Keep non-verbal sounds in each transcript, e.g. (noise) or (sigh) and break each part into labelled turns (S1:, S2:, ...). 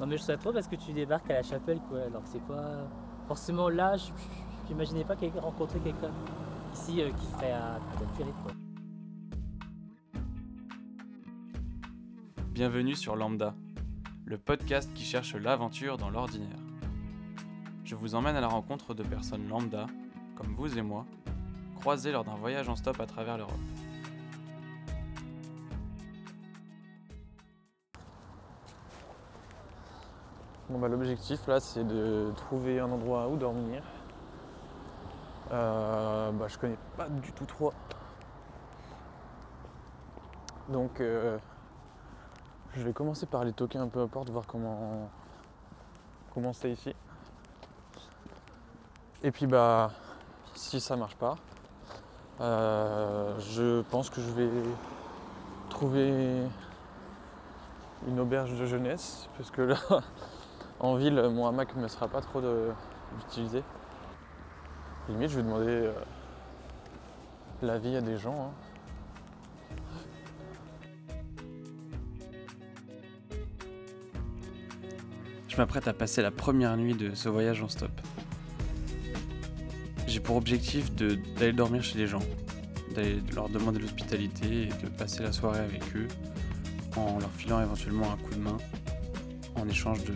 S1: Non, mais je serais trop parce que tu débarques à la chapelle, quoi. Alors que c'est pas. Forcément, là, je- je- j'imaginais pas quel- rencontrer quelqu'un ici euh, qui serait à Pérette, quoi.
S2: Bienvenue sur Lambda, le podcast qui cherche l'aventure dans l'ordinaire. Je vous emmène à la rencontre de personnes lambda, comme vous et moi, croisées lors d'un voyage en stop à travers l'Europe.
S3: Bon, bah, L'objectif là c'est de trouver un endroit où dormir. Euh, bah, je connais pas du tout trop. Donc euh, je vais commencer par les toquer un peu à la porte, voir comment comment c'est ici. Et puis bah si ça marche pas, euh, je pense que je vais trouver une auberge de jeunesse parce que là en ville, euh, mon hamac ne sera pas trop de- utilisé. Limite, je vais demander euh, l'avis à des gens. hein.
S2: Je m'apprête à passer la première nuit de ce voyage en stop. J'ai pour objectif de- d'aller dormir chez les gens, d'aller leur demander l'hospitalité et de passer la soirée avec eux en leur filant éventuellement un coup de main en échange de,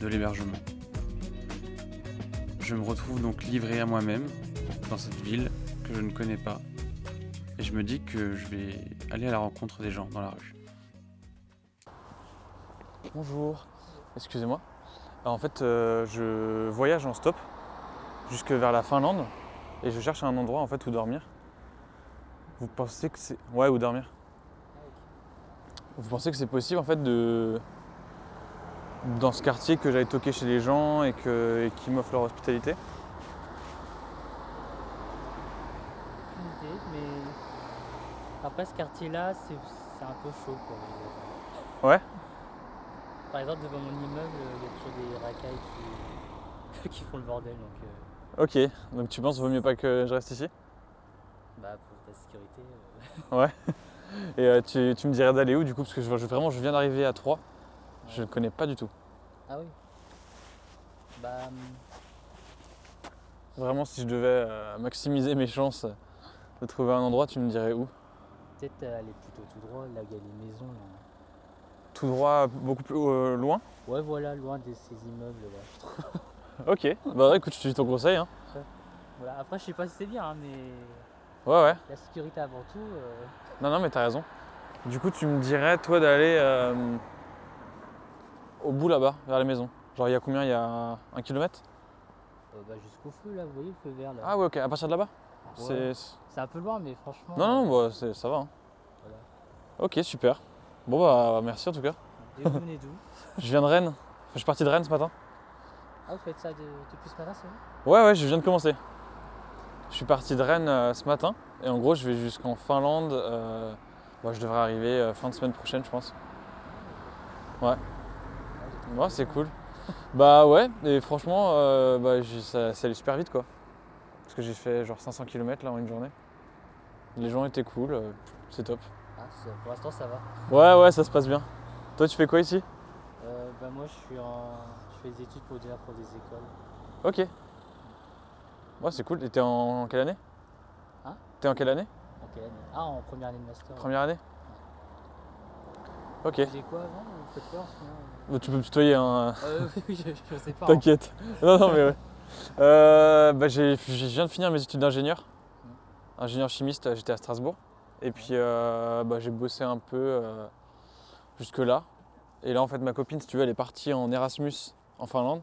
S2: de l'hébergement. Je me retrouve donc livré à moi-même dans cette ville que je ne connais pas et je me dis que je vais aller à la rencontre des gens dans la rue.
S3: Bonjour, excusez-moi. Alors, En fait, euh, je voyage en stop jusque vers la Finlande et je cherche un endroit en fait où dormir. Vous pensez que c'est ouais où dormir Vous pensez que c'est possible en fait de dans ce quartier que j'allais toquer chez les gens et que et qui m'offrent leur hospitalité
S1: Aucune idée, mais. Après, ce quartier-là, c'est c'est un peu chaud, quoi.
S3: Ouais.
S1: Par exemple, devant mon immeuble, euh, il y a toujours des racailles qui, (laughs) qui font le bordel, donc. euh,
S3: Ok, donc tu penses qu'il vaut mieux pas que je reste ici
S1: Bah pour ta sécurité. euh,
S3: Et euh, tu, tu me dirais d'aller où du coup Parce que je, je- vraiment, je viens d'arriver à 3. Je ne connais pas du tout.
S1: Ah oui. Bah hum,
S3: Vraiment, si je devais euh, maximiser mes chances de trouver un endroit, tu me dirais où
S1: peut-être euh, aller plutôt tout droit, là où il y a les maisons. là.
S3: Tout droit, beaucoup plus euh, loin
S1: Ouais voilà, loin de ces immeubles là.
S3: Ok. Bah écoute, je suis ton conseil. Hein.
S1: Voilà. Après je sais pas si c'est bien, hein, mais
S3: Ouais, ouais.
S1: la sécurité avant tout. euh,
S3: Non, non, mais t'as raison. Du coup, tu me dirais, toi, d'aller euh, au bout là-bas, vers les maisons. Genre, il y a combien Il y a un kilomètre
S1: euh, bah, jusqu'au feu là, vous voyez le feu vert là.
S3: Ah, ouais, ok. À partir de là-bas
S1: Ouais.
S3: C'est. c'est-
S1: C'est un peu loin mais franchement.
S3: Non, non,
S1: euh,
S3: non, bah, c'est- ça va. hein.
S1: Voilà.
S3: Ok, super. Bon, bah, merci en tout cas.
S1: Et vous venez d'où
S3: Je viens de Rennes. Enfin, je suis parti de Rennes ce matin.
S1: Ah vous faites ça de- depuis ce matin c'est vrai
S3: Ouais, ouais, je viens de commencer. Je suis parti de Rennes euh, ce matin et en gros, je vais jusqu'en Finlande. euh, bon, je devrais arriver euh, fin de semaine prochaine, je pense. Ouais. Ouais, c'est cool. Bah ouais, et franchement, euh, bah, j'ai- ça, ça allait super vite quoi. Parce que j'ai fait genre 500 km là en une journée. Les gens étaient cool, euh, c'est top.
S1: Ah ça- pour l'instant ça va.
S3: Ouais, ouais, ça se passe bien. Toi, tu fais quoi ici
S1: Euh, bah moi je suis en. je fais des études pour devenir pour des écoles.
S3: Ok. Ouais, c'est cool. Et t'es en, en quelle année
S1: Hein
S3: T'es en quelle année
S1: En quelle année Ah en première année de master. ouais.
S3: Première année Ok.
S1: Vous faisiez quoi avant Vous faites quoi en ce moment
S3: Bon, Bah, tu peux me tutoyer, hein,
S1: Euh, (laughs) oui, oui, je, je sais pas. hein.
S3: t'inquiète. Non,
S1: (laughs)
S3: non, mais ouais. Euh, bah, j'ai- je viens de finir mes études d'ingénieur.
S1: Hmm.
S3: Ingénieur chimiste, euh, j'étais à Strasbourg. Et puis, euh, bah, j'ai bossé un peu euh, jusque-là. Et là, en fait, ma copine, si tu veux, elle est partie en Erasmus en Finlande.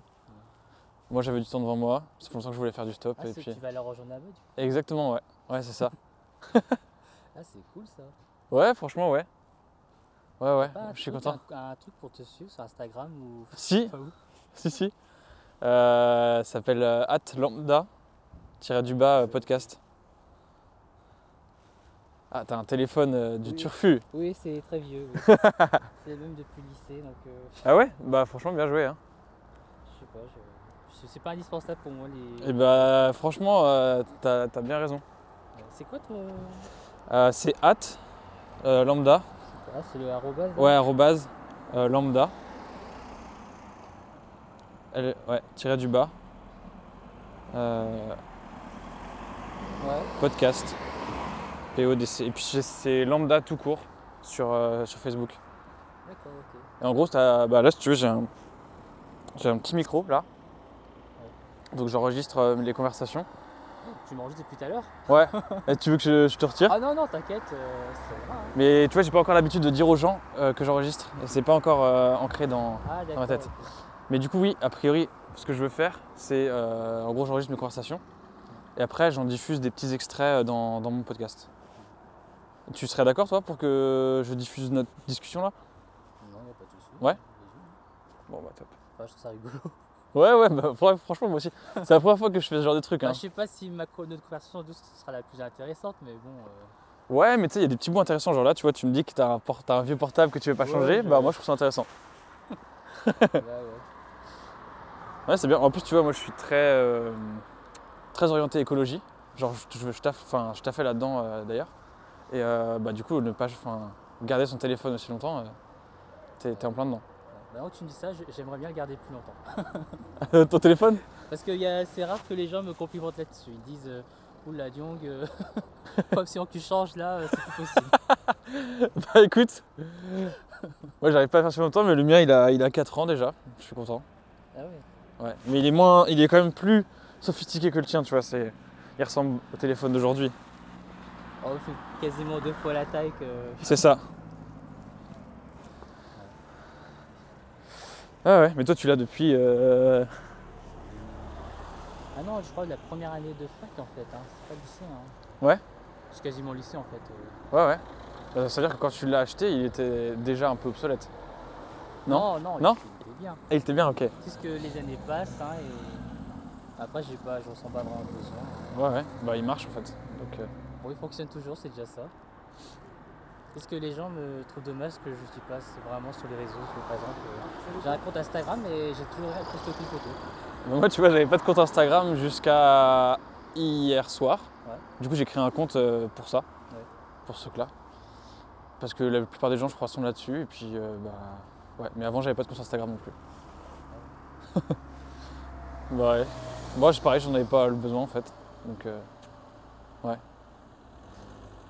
S3: Moi, j'avais du temps devant moi. C'est pour ça que je voulais faire du stop.
S1: Hmm. Ah,
S3: et
S1: c'est
S3: puis...
S1: tu vas la rejoindre là-bas, du coup.
S3: Exactement, ouais. Ouais, c'est ça.
S1: Ah, c'est cool ça. Bah,
S3: Ouais, franchement, ouais. Ouais, ouais,
S1: Pas un
S3: je suis
S1: truc,
S3: content.
S1: Un, un truc pour te suivre sur Instagram ou.
S3: Si,
S1: Enfin, où
S3: (laughs) si, si. Euh, ça s'appelle euh, at lambda du bas euh, podcast. Ah, t'as un téléphone euh, du
S1: Oui.
S3: turfu.
S1: Oui, c'est très vieux.
S3: (laughs)
S1: oui. c'est le même depuis le lycée, donc euh,
S3: Ah ouais Bah franchement bien joué. Hein.
S1: je sais pas. Je... je- C'est pas indispensable pour moi. les.
S3: Et bah franchement euh, t'as t'as bien raison.
S1: Ouais. C'est quoi ton.
S3: Euh, c'est at euh, lambda,
S1: Ah, c'est le arrobas. là
S3: ouais arrobase euh, lambda Elle est- ouais, tiré du bas. Euh,
S1: Ouais.
S3: podcast. PODC. Et puis c'est- c'est lambda tout court sur, euh, sur Facebook.
S1: D'accord, ok.
S3: Et en gros, t'as- bah là, si tu veux, j'ai un, j'ai un petit micro là. Donc j'enregistre euh, les conversations. (laughs)
S1: Tu manges depuis tout à l'heure
S3: Ouais. Et tu veux que je, je te retire
S1: Ah non, non, t'inquiète, euh, ça va. hein.
S3: Mais tu vois, j'ai pas encore l'habitude de dire aux gens euh, que j'enregistre. Et c'est pas encore euh, ancré dans.
S1: Ah, d'accord.
S3: ma tête.
S1: ok.
S3: Mais du coup, oui, a priori, ce que je veux faire, c'est euh, en gros, j'enregistre mes conversations. Et après, j'en diffuse des petits extraits euh, dans, dans mon podcast. Tu serais d'accord, toi, pour que je diffuse notre discussion là
S1: Non, y a pas de soucis.
S3: Ouais. Bon, bah top.
S1: Enfin, je trouve ça rigolo.
S3: Ouais, ouais, bah, fr- franchement, (laughs) moi aussi. C'est la première fois que je fais ce genre de truc.
S1: Enfin,
S3: Hein.
S1: je sais pas si ma co- notre conversation de ce sera la plus intéressante, mais bon. euh,
S3: Ouais, mais tu sais, il y a des petits bouts intéressants. Genre là, tu vois, tu me dis que t'as un, por- t'as un vieux portable que tu veux pas
S1: Ouais,
S3: changer.
S1: je-
S3: Bah, moi, je trouve ça intéressant.
S1: euh,
S3: (laughs)
S1: là, ouais.
S3: Ouais, c'est bien. En plus, tu vois, moi, je suis très, euh, très orienté écologie. Genre, je, je, je taffe- enfin, je taffais là-dedans, euh, d'ailleurs. Et euh, bah, du coup, ne pas enfin, garder son téléphone aussi longtemps, euh, t'es t'es en plein dedans.
S1: Maintenant que Bah, tu me dis ça, je- j'aimerais bien le garder plus longtemps.
S3: (laughs) Ton téléphone
S1: Parce que y a- c'est rare que les gens me complimentent là-dessus. Ils disent euh, Oula, Diong, euh, (laughs) comme si tu changes là, euh, c'est plus possible.
S3: (laughs) Bah, écoute. (laughs) Moi, j'arrive pas à faire sur longtemps, mais le mien, il a, il a 4 ans déjà. Je suis content.
S1: (laughs) Ah ouais.
S3: Ouais. Mais il est moins. Il est quand même plus sophistiqué que le tien, tu vois. c'est- Il ressemble au téléphone d'aujourd'hui.
S1: Oh, il fait quasiment deux fois la taille que.
S3: C'est ça. Ah ouais, mais toi tu l'as depuis. euh,
S1: Ah non, je crois de la première année de fac en fait, hein. c'est pas le lycée. Hein.
S3: Ouais.
S1: C'est quasiment le lycée en fait. euh.
S3: Ouais, ouais. Bah, Ça veut dire que quand tu l'as acheté, il était déjà un peu obsolète. Non,
S1: non, non, il-
S3: non.
S1: Il, est bien.
S3: Ah, il était bien, ok. Ouais,
S1: C'est ce que les années passent hein, et après, j'ai pas, je ressens pas vraiment le besoin.
S3: ouais. Bah, il marche en fait. Donc, euh,
S1: Bon, il fonctionne toujours, c'est déjà ça. Est-ce que les gens me trouvent dommage que je suis pas vraiment sur les réseaux sur- Par exemple, euh, j'ai un compte Instagram et j'ai toujours posté aucune photo.
S3: bah, moi, tu vois, j'avais pas de compte Instagram jusqu'à hier soir.
S1: Ouais.
S3: Du coup, j'ai créé un compte euh, pour ça.
S1: Ouais.
S3: Pour ce cas-là. Parce que la plupart des gens, je crois, sont là-dessus. Et puis, euh, bah. Ouais, mais avant, j'avais pas de compte Instagram non plus. (laughs) bah, ouais. Moi, c'est pareil, j'en avais pas le besoin en fait. Donc, euh, ouais.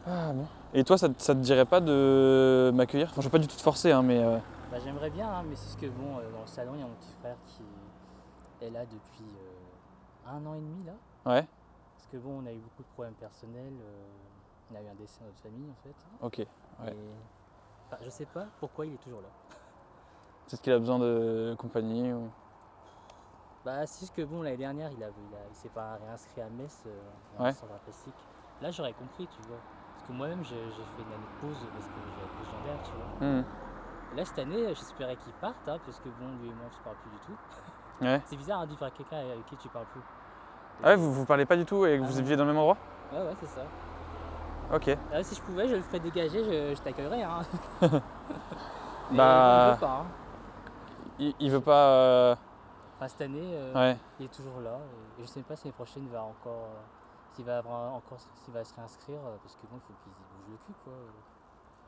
S3: Ah bon. Et toi, ça, te- ça te dirait pas de m'accueillir Enfin, je veux pas du tout te forcer, hein, mais. euh,
S1: Bah, J'aimerais bien, hein, mais c'est ce que bon, euh, dans le salon, il y a mon petit frère qui est là depuis euh, un an et demi là.
S3: Ouais,
S1: Parce que bon, on a eu beaucoup de problèmes personnels, euh, on a eu un décès dans notre famille en fait.
S3: ok. Ouais.
S1: Et, enfin, je sais pas pourquoi il est toujours là.
S3: Peut-être qu'il a besoin de compagnie ou.
S1: Bah, c'est juste que bon, l'année dernière, il, avait, il, a- il s'est pas réinscrit à Metz euh, en
S3: Ouais.
S1: centre acoustique. Là, j'aurais compris, tu vois. Parce que moi-même, j'ai, j'ai fait une année de pause parce que j'avais besoin d'air, tu vois.
S3: Hmm.
S1: Là, cette année, j'espérais qu'il parte, hein, parce que bon, lui et moi, on se parle plus du tout.
S3: Ouais.
S1: C'est bizarre hein, de vivre avec quelqu'un avec qui tu parles plus.
S3: Ah ouais, vous vous parlez pas du tout et que
S1: Ah
S3: vous
S1: non.
S3: viviez dans le même endroit
S1: Ouais, ouais, c'est ça.
S3: Ok.
S1: Là, si je pouvais, je le ferais dégager, je, je t'accueillerais.
S3: (laughs)
S1: Hein. Mais
S3: Bah-
S1: il veut pas, hein.
S3: Il, il veut pas. euh,
S1: Enfin, cette année, euh,
S3: Ouais.
S1: il est toujours là. Et, et je sais pas si l'année prochaine, il va encore. euh, s'il va, avoir- encore, s'il va se réinscrire, euh, parce que bon, il faut qu'il bouge le cul, quoi.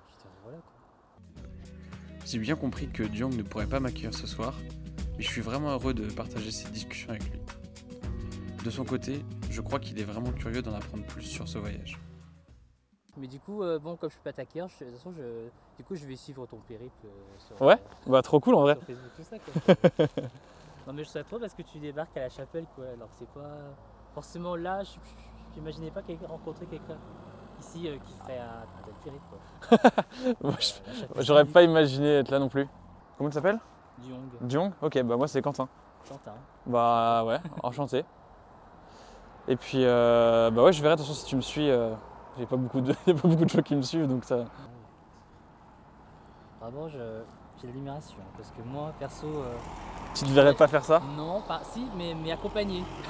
S1: Je veux dire, voilà, quoi.
S2: J'ai bien compris que Diong ne pourrait pas m'accueillir ce soir, mais je suis vraiment heureux de partager cette discussion avec lui. De son côté, je crois qu'il est vraiment curieux d'en apprendre plus sur ce voyage.
S1: Mais du coup, euh, bon, comme je suis pas taqueur, je- de toute façon, je, du coup, je vais suivre ton périple euh, sur,
S3: Ouais,
S1: euh,
S3: Bah, trop cool en vrai.
S1: sur Facebook, tout ça, quoi. non, mais je sais trop parce que tu débarques à la chapelle, quoi. Alors, que c'est pas forcément là. je- je- J'imaginais pas quelqu'un- rencontrer quelqu'un ici euh, qui serait à, à Dalpiré, quoi.
S3: (laughs) Moi,
S1: Euh,
S3: je-
S1: la chapelle
S3: J'aurais
S1: du-
S3: pas imaginé être là non plus. Comment tu t'appelles
S1: Du Hong,
S3: Diong Ok, bah moi c'est Quentin.
S1: Quentin.
S3: Bah (laughs) ouais, enchanté. Et puis, euh, bah ouais, je verrai, de toute façon, si tu me suis, euh, j'ai pas beaucoup de, (laughs) y a pas beaucoup de gens qui me suivent, donc ça.
S1: Vraiment, je- j'ai de l'admiration. hein, Parce que moi, perso, euh,
S3: Tu te verrais pas faire ça
S1: non, pas si, mais, mais accompagné. (laughs)
S3: (laughs)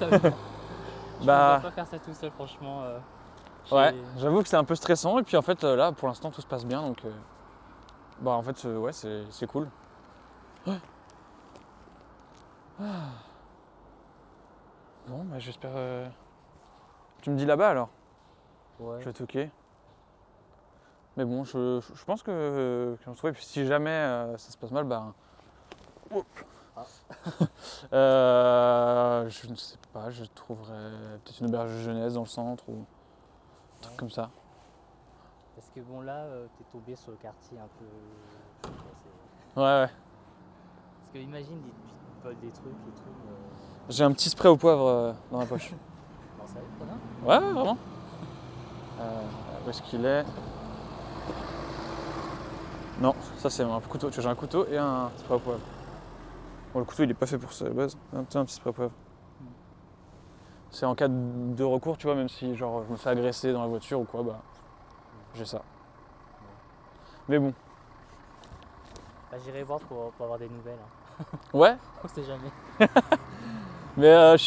S1: ça, va. je
S3: Bah.
S1: ne pas faire ça tout seul, franchement. euh,
S3: Ouais,
S1: j'ai-
S3: j'avoue que c'est un peu stressant, et puis en fait, euh, là, pour l'instant, tout se passe bien, donc. euh, bah en fait, euh, ouais, c'est c'est cool. Ouais. Ah. Bon, bah j'espère. euh, Tu me dis là-bas alors
S1: Ouais.
S3: Je vais toquer. Mais bon, je, je- je pense que qu'on se trouve. Et puis si jamais euh, ça se passe mal, bah, hop, (laughs) Euh, je ne sais pas, je trouverais peut-être une auberge de jeunesse dans le centre ou un truc
S1: Ouais.
S3: comme ça.
S1: Parce que bon, là, euh, t'es tombé sur le quartier un peu. Parce
S3: Ouais, ouais.
S1: que imagine, ils te volent des trucs et tout.
S3: J'ai un petit spray au poivre euh, dans la poche.
S1: euh, Non, ça va être bien.
S3: (laughs) Ouais, ouais, vraiment. Euh, où est-ce qu'il est Non, ça c'est un couteau. Tu vois, j'ai un couteau et un spray à poivre. Bon, le couteau il est pas fait pour ça à la base. Un, petit- un petit spray à poivre. C'est en cas de de recours, tu vois, même si genre je me fais agresser dans la voiture ou quoi, bah j'ai ça. Mais bon,
S1: Bah, J'irai voir pour, pour avoir des nouvelles. hein. (laughs)
S3: ouais.
S1: On sait jamais.
S3: Mais euh, je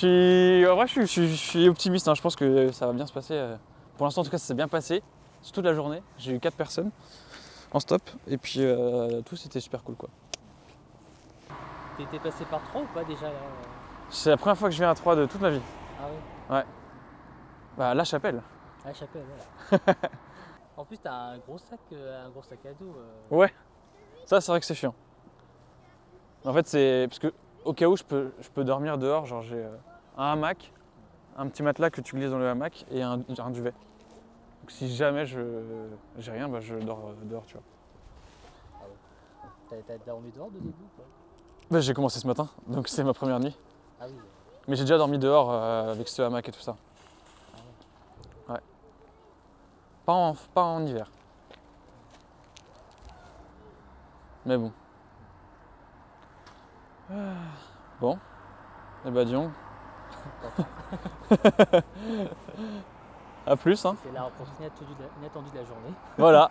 S3: suis, en vrai, je suis, je suis- je suis optimiste. hein. Je pense que ça va bien se passer. euh. Pour l'instant, en tout cas, ça s'est bien passé. Sur toute la journée, j'ai eu 4 personnes en stop. Et puis, euh, tous étaient super cool, quoi.
S1: T'es- T'es passé par trois ou pas déjà là euh
S3: C'est la première fois que je viens à 3 de toute ma vie.
S1: Ah oui,
S3: Bah, la chapelle.
S1: à la chapelle, voilà.
S3: (laughs)
S1: en plus, t'as un gros sac, euh, un gros sac à dos. euh.
S3: Ouais. Ça, c'est vrai que c'est chiant. En fait, c'est. Parce que, au cas où, je peux, je peux dormir dehors. Genre, j'ai euh, un hamac, un petit matelas que tu glisses dans le hamac et un, un duvet. Donc, si jamais je j'ai rien, bah, je dors euh, dehors, tu vois.
S1: T'as- T'as dormi dehors de début ou pas
S3: Bah, j'ai commencé ce matin, donc c'est ma première nuit.
S1: Ah oui.
S3: Mais j'ai déjà dormi dehors euh, avec ce hamac et tout ça. Ouais. Pas en, pas en hiver. Mais bon. Ah, Bon. Eh bah (laughs) Dion. à plus hein.
S1: C'est la rencontre inattendue de la- inattendue de la journée.
S3: Voilà.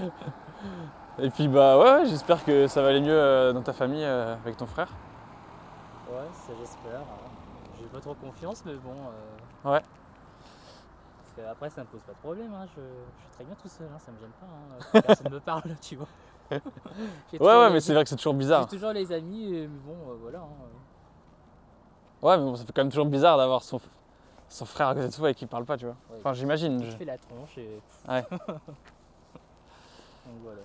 S3: (laughs) et puis bah ouais, ouais, j'espère que ça va aller mieux euh, dans ta famille euh, avec ton frère.
S1: Ouais, ça j'espère. hein. J'ai pas trop confiance, mais bon. euh,
S3: Ouais.
S1: Parce que après, ça me pose pas de problème. hein. Je, je suis très bien tout seul, hein. ça me gêne pas. hein. Personne me parle, (laughs) tu vois. J'ai
S3: Ouais
S1: toujours
S3: ouais
S1: les-
S3: mais c'est vrai que c'est toujours
S1: J'ai
S3: bizarre.
S1: toujours les amis, et- mais bon, euh, voilà. hein.
S3: Ouais, mais bon, ça fait quand même toujours bizarre d'avoir son, son frère à côté de soi et qu'il parle pas, tu vois.
S1: Ouais,
S3: Enfin, j'imagine.
S1: Je
S3: je-
S1: fais la tronche et.
S3: Ouais.
S1: (laughs) Donc voilà.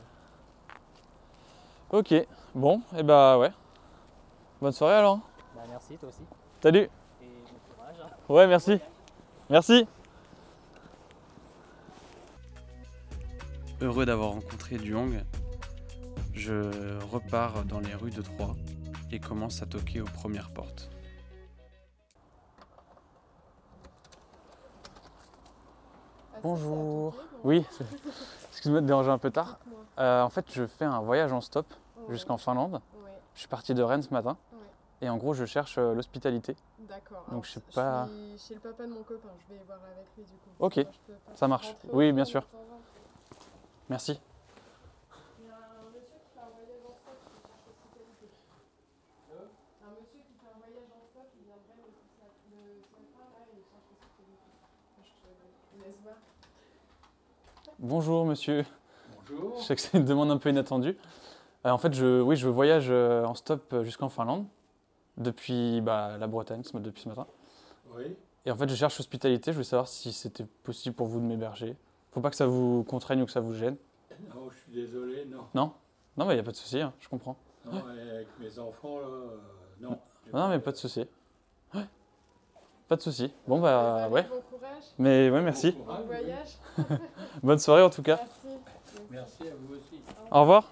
S3: Ok, bon, et bah ouais. Bonne soirée alors.
S1: Bah, merci, toi aussi.
S3: Salut.
S1: Et bon courage. hein.
S3: Ouais, merci. Merci.
S2: heureux d'avoir rencontré Duong, je repars dans les rues de Troyes et commence à toquer aux premières portes.
S4: Ah, ça, c'est à
S3: Bonjour.
S4: ton tour,
S3: Oui, (laughs) c'est- excuse-moi de déranger un peu tard.
S4: Dites-moi. Oh,
S3: Euh, en fait, je fais un voyage en stop
S4: Ouais,
S3: jusqu'en Finlande.
S4: ouais,
S3: Je suis parti de Rennes ce matin.
S4: Ouais.
S3: Et en gros, je cherche euh, l'hospitalité.
S4: D'accord.
S3: Donc,
S4: Alors,
S3: je sais pas-
S4: suis chez le papa de mon copain, je vais voir avec lui du coup.
S3: Ok,
S4: Enfin, je peux pas
S3: ça marche.
S4: rentrer
S3: Oui,
S4: au
S3: bien
S4: fond,
S3: sûr.
S4: de temps en temps.
S3: Merci.
S4: Il y a un monsieur qui fait un voyage en stop, qui cherche l'hospitalité. Un monsieur qui fait un voyage en stop, il vient de Rennes, et tout ça. Le son frère, là, il cherche l'hospitalité. Je te laisse voir.
S3: Bonjour, monsieur. Je
S5: Bonjour.
S3: sais que c'est une demande un peu inattendue. Euh, en fait, je, oui, je voyage euh, en stop euh, jusqu'en Finlande depuis bah, la Bretagne, ce- depuis ce matin.
S5: Oui.
S3: Et en fait, je cherche hospitalité. Je voulais savoir si c'était possible pour vous de m'héberger. Faut pas que ça vous contraigne ou que ça vous gêne.
S5: Non, je suis désolé, non.
S3: Non, mais il n'y a pas de souci, hein, je comprends.
S5: Non, avec mes enfants, là, euh, non.
S3: Non, mais pas de souci. Ouais. Pas de souci. Bon, bah
S4: Désolée,
S3: ouais.
S4: Bon courage.
S3: Mais ouais, merci.
S5: Bon
S4: Bon
S5: courage.
S4: voyage.
S3: Bonne soirée en tout cas.
S4: Merci.
S5: Merci à vous aussi.
S3: Au revoir.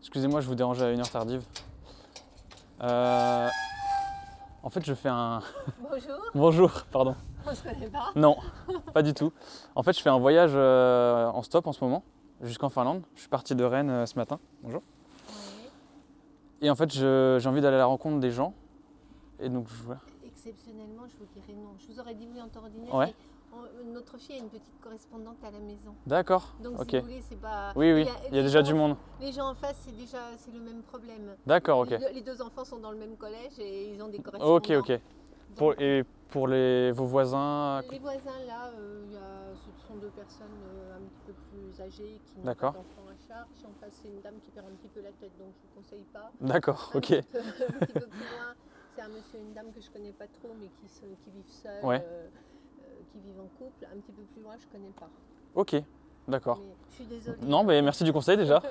S3: Excusez-moi, je vous dérange à une heure tardive. Euh, En fait, je fais un. (laughs)
S4: Bonjour,
S3: Bonjour, pardon.
S4: on se connaît pas.
S3: Non, (laughs) pas du tout. En fait, je fais un voyage euh, en stop en ce moment, jusqu'en Finlande. Je suis parti de Rennes euh, ce matin. Bonjour. Et en fait, je- j'ai envie d'aller à la rencontre des gens. Et donc, je, ouais.
S6: Exceptionnellement, je vous dirais non. Je vous aurais dit oui en temps ordinaire.
S3: Ouais.
S6: mais on- euh, notre fille a une petite correspondante à la maison.
S3: D'accord.
S6: Donc
S3: Ok.
S6: si vous voulez, c'est pas.
S3: Oui, oui.
S6: y a-
S3: Il y a déjà du monde.
S6: Les gens en face, c'est déjà c'est le même problème.
S3: D'accord, ok.
S6: Les deux- Les deux enfants sont dans le même collège et ils ont des correspondants.
S3: Ok, ok.
S6: Donc,
S3: Pour, Ah, et pour les, vos voisins.
S6: Les voisins là, euh, il y a- ce sont deux personnes euh, un petit peu plus âgées qui n'ont pas
S3: D'accord.
S6: d'enfants à charge. En face, c'est une dame qui perd un petit peu la tête, donc je vous conseille pas.
S3: D'accord,
S6: Un
S3: ok.
S6: petit peu- un petit peu plus loin, c'est un monsieur et une dame que je connais pas trop, mais qui, se- qui vivent seuls,
S3: Ouais.
S6: euh, euh, qui vivent en couple. Un petit peu plus loin, je connais pas.
S3: Ok. D'accord.
S6: Mais je suis désolée.
S3: Non, mais merci du conseil
S6: (laughs)
S3: déjà.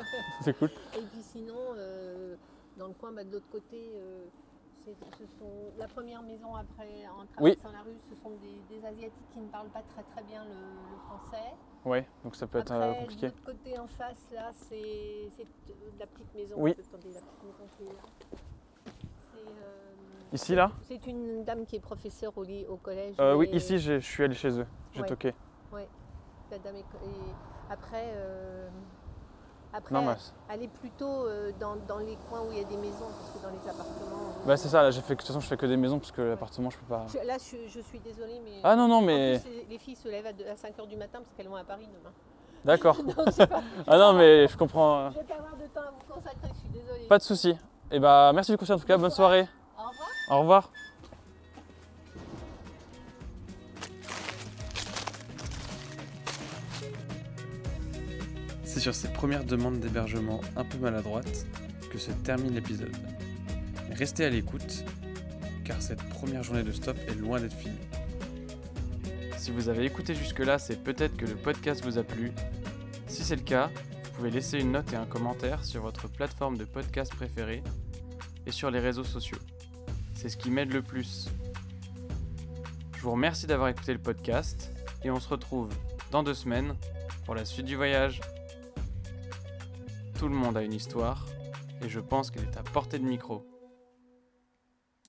S3: C'est cool.
S6: Et puis sinon, euh, dans le coin, bah, de l'autre côté, euh, c'est- ce sont la première maison après en traversant
S3: Oui.
S6: la rue, ce sont des, des asiatiques qui ne parlent pas très très bien le, le français.
S3: Ouais, donc ça peut être euh,
S6: après, de
S3: compliqué.
S6: l'autre côté en face, là, c'est c'est, euh, de la petite maison.
S3: Oui.
S6: Attendez, la petite maison qui est là. C'est, euh,
S3: Ici, là
S6: C'est une dame qui est professeure au, ly- au collège.
S3: Euh, Oui,
S6: et
S3: ici, j'ai- je suis allé chez eux. J'ai
S6: Ouais.
S3: toqué.
S6: La dame est co- et après, euh, après
S3: Non, mais.
S6: aller plutôt euh, dans, dans les coins où il y a des maisons, parce que dans les appartements. euh,
S3: Bah, c'est ça, là, j'ai fait... de toute façon, je fais que des maisons parce que l'appartement, je peux pas.
S6: je- là, je, je suis désolée, mais.
S3: Ah non, non,
S6: En
S3: mais.
S6: plus, les- les filles se lèvent à, deux- à 5 h du matin parce qu'elles vont à Paris
S3: (laughs)
S6: demain.
S3: D'accord.
S6: Donc, je vais pas-
S3: Ah non, mais je comprends. euh,
S6: je vais pas avoir de temps à vous consacrer, je suis désolée.
S3: Pas de souci. Et bah, merci du conseil en tout cas. Bonne soirée.
S6: Au revoir.
S3: Au revoir.
S2: C'est sur ces premières demandes d'hébergement un peu maladroites que se termine l'épisode. Mais Restez à l'écoute, car cette première journée de stop est loin d'être finie.
S7: Si vous avez écouté jusque-là, c'est peut-être que le podcast vous a plu. Si c'est le cas, vous pouvez laisser une note et un commentaire sur votre plateforme de podcast préférée et sur les réseaux sociaux. C'est ce qui m'aide le plus. Je vous remercie d'avoir écouté le podcast et on se retrouve dans deux semaines pour la suite du voyage. Tout le monde a une histoire et je pense qu'elle est à portée de micro.